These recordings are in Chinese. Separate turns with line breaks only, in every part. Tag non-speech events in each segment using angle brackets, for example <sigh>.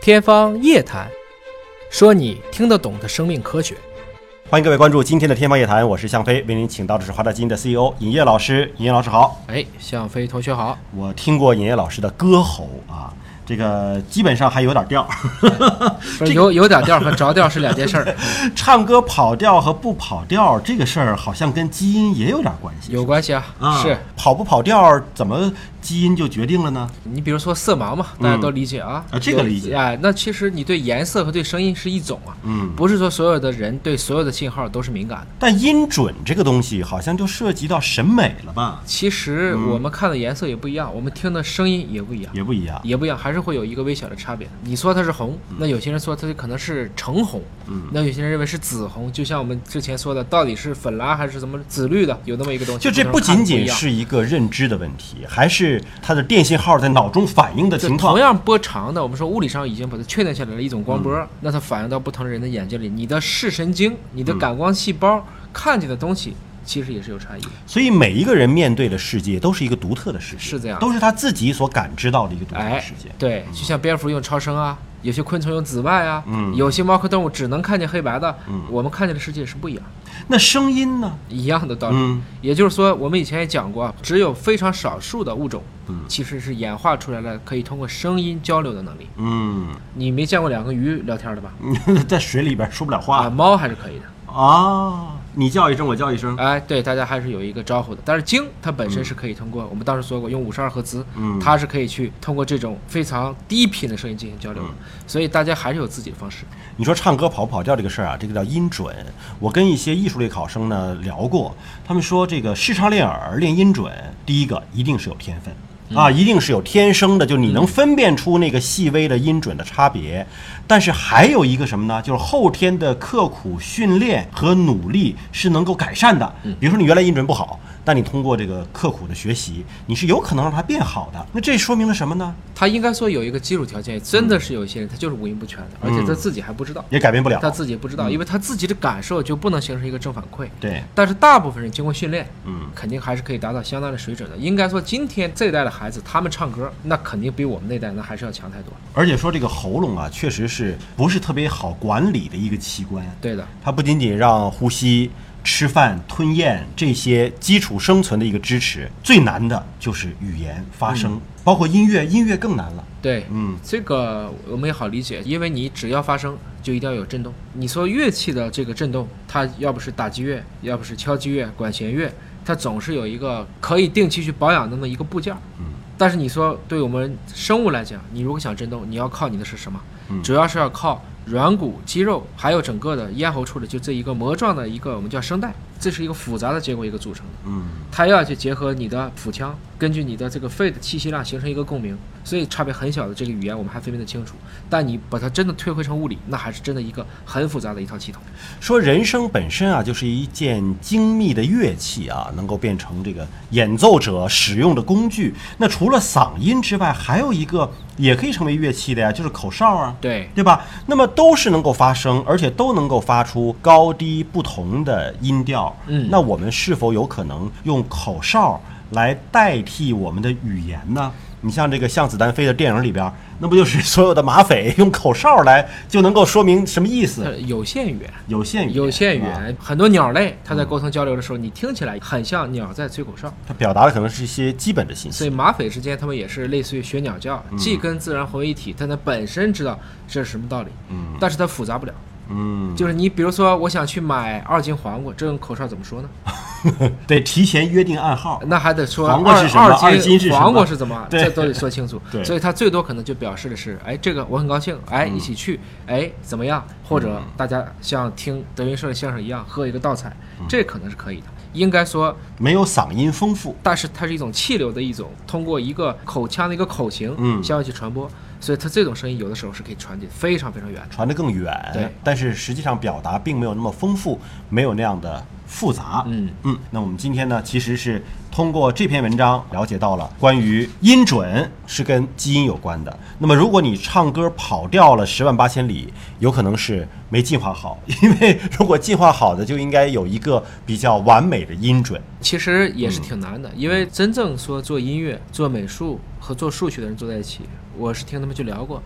天方夜谭，说你听得懂的生命科学。
欢迎各位关注今天的《天方夜谭》，我是向飞，为您请到的是华大基因的 CEO 尹烨老师。尹烨老师好，
哎，向飞同学好，
我听过尹烨老师的歌喉啊，这个基本上还有点调儿。
不是有有点调和着调是两件事儿， <laughs>
唱歌跑调和不跑调这个事儿，好像跟基因也有点关系。
有关系啊，
啊，
是
跑不跑调儿，怎么基因就决定了呢？
你比如说色盲嘛，大家都理解啊，
嗯啊这个理解
啊。那其实你对颜色和对声音是一种啊，
嗯，
不是说所有的人对所有的信号都是敏感的。
但音准这个东西好像就涉及到审美了吧？
其实
嗯
我们看的颜色也不一样，我们听的声音也不一样。
也不一样。
也不一样，还是会有一个微小的差别。你说它是红，那有些人说它可能是橙红，
嗯
那有些人认为是紫红。就像我们之前说的，到底是粉蓝还是什么紫绿的，有那么一个东西。
就这
不
不
同人
仅
看的
仅
一样
是一个认知的问题，还是它的电信号在脑中反应的
就
情况
同。样波长的，我们说物理上已经把它确定下来了一种光波，
嗯
那它反映到不同人的眼睛里，你的视神经、你
嗯
的感光细胞、看见的东西，其实也是有差异的。
所以每一个人面对的世界都是一个独特的世界，
是这样
都是他自己所感知到的一个独特的
哎
世界。，
对，就像蝙蝠用超声啊，有些昆虫用紫外啊，
嗯
有些猫科动物只能看见黑白的，我们看见的世界是不一样的，
那声音呢？
一样的道理。
嗯，
也就是说，我们以前也讲过，啊只有非常少数的物种，
嗯
其实是演化出来了可以通过声音交流的能力。
嗯，
你没见过两个鱼聊天的吧？
<laughs> 在水里边说不了
啊，
话
猫还是可以的。
啊，你叫一声，我叫一声。
哎，对，大家还是有一个招呼的。但是鲸它本身是可以通过，我们当时说过，用五十二赫兹，
嗯
它是可以去通过这种非常低频的声音进行
嗯
交流的。所以大家还是有自己的方式。
你说唱歌跑不跑调这个事儿啊，这个叫音准。我跟一些艺术类考生呢聊过，他们说这个视唱练耳练音准，第一个一定是有天分。啊，一定是有天生的，就你能分辨出那个细微的音准的差别，但是还有一个什么呢？就是后天的刻苦训练和努力是能够改善的。比如说你原来音准不好，但你通过这个刻苦的学习，你是有可能让它变好的。那这说明了什么呢？
它应该说有一个基础条件，真的是有一些人他就是五音不全的，而且
嗯
他自己还不知道，
也改变不了。
他自己不知道，因为他自己的感受就不能形成一个正反馈。
嗯对，
但是大部分人经过训练，
嗯，
肯定还是可以达到相当的水准的。应该说，今天这一代的孩子，他们唱歌，那肯定比我们那代那还是要强太多了。
而且说这个喉咙啊，确实是不是特别好管理的一个器官，
对的，
它不仅仅让呼吸、吃饭、吞咽这些基础生存的一个支持，最难的就是语言发声，包括音乐，音乐更难了。
对，
嗯，
这个我们也好理解，因为你只要发声，就一定要有震动。你说乐器的这个震动，它要不是打击乐，要不是敲击乐、管弦乐，它总是有一个可以定期去保养的那么一个部件。
嗯。
但是你说对我们生物来讲，你如果想震动，你要靠你的是什么？
嗯
主要是要靠软骨、肌肉，还有整个的咽喉处的就这一个膜状的一个我们叫声带，这是一个复杂的结构一个组成的。
嗯，
它要去结合你的腹腔，根据你的这个肺的气息量形成一个共鸣，所以差别很小的这个语言我们还分辨得清楚。但你把它真的推回成物理，那还是真的一个很复杂的一套系统。
说人声本身啊，就是一件精密的乐器啊，能够变成这个演奏者使用的工具。那除了嗓音之外，还有一个也可以成为乐器的呀，就是口哨啊。
对，
对吧？那么都是能够发声，而且都能够发出高低不同的音调。
嗯
那我们是否有可能用口哨来代替我们的语言呢？你像这个《向子弹飞》的电影里边，那不就是所有的马匪用口哨来就能够说明什么意思？
它有限远，
有限语言，啊
有限
是吧
远，很多鸟类它在沟通交流的时候，你听起来很像鸟在吹口哨。
它表达的可能是一些基本的信
所
<laughs> 息。
以马匪之间，他们也是类似于学鸟叫，
嗯
既跟自然混为一体，但它本身知道这是什么道理，
嗯
但是它复杂不了。
嗯，
就是你比如说，我想去买二斤黄瓜，这种口哨怎么说呢？
得提前约定暗号。
那还得说
黄瓜是什么
二
二斤是什么
黄瓜是怎么，
<laughs> 对。
这都得说清楚
对嗯
所以他最多可能就表示的是，哎，这个我很高兴，哎，一起去，哎，怎么样？或者大家像听德云社的相声一样，喝一个倒彩，
嗯
这可能是可以的。应该说，
没有嗓音丰富，
但是它是一种气流的一种，通过一个口腔的一个口型，
嗯
相互去传播，所以它这种声音有的时候是可以传递非常非常远的。
传得更远，
对
但是实际上表达并没有那么丰富，没有那样的复杂。
嗯
嗯，那我们今天呢，其实是通过这篇文章了解到了关于音准是跟基因有关的。那么如果你唱歌跑调了十万八千里，有可能是没进化好， <laughs> 因为如果进化好的，就应该有一个比较完美的音准。
其实也是挺难的，因为真正说做音乐、做美术和做数学的人坐在一起，我是听他们去聊过，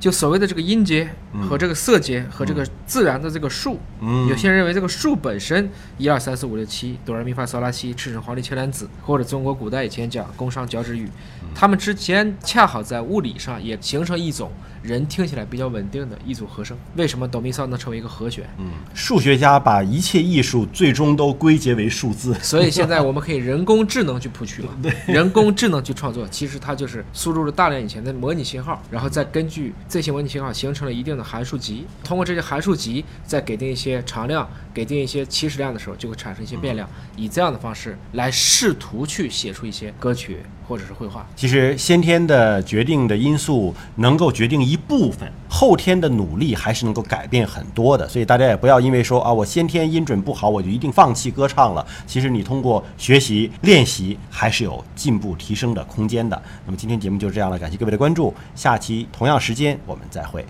就所谓的这个音节和这个色阶和这个自然的这个数，
嗯
有些人认为这个数本身一二三四五六七哆来咪发嗦拉西赤橙黄绿青蓝紫，或者中国古代以前讲宫商角徵羽，它们之间恰好在物理上也形成一种人听起来比较稳定的一组和声。为什么哆咪嗦能成为一个和弦？
嗯，数学家把一切艺术最终都归结为数字。
<laughs> 所以现在我们可以人工智能去谱曲嘛，人工智能去创作，其实它就是输入了大量以前的模拟信号，然后再根据这些模拟信号形成了一定的函数集，通过这些函数集再给定一些常量，给定一些起始量的时候，就会产生一些变量，以这样的方式来试图去写出一些歌曲或者是绘画。
其实先天的决定的因素能够决定一部分，后天的努力还是能够改变很多的。所以大家也不要因为说啊，我先天音准不好，我就一定放弃歌唱了。其实你通过学习练习，还是有进步提升的空间的。那么今天节目就这样了，感谢各位的关注，下期同样时间我们再会。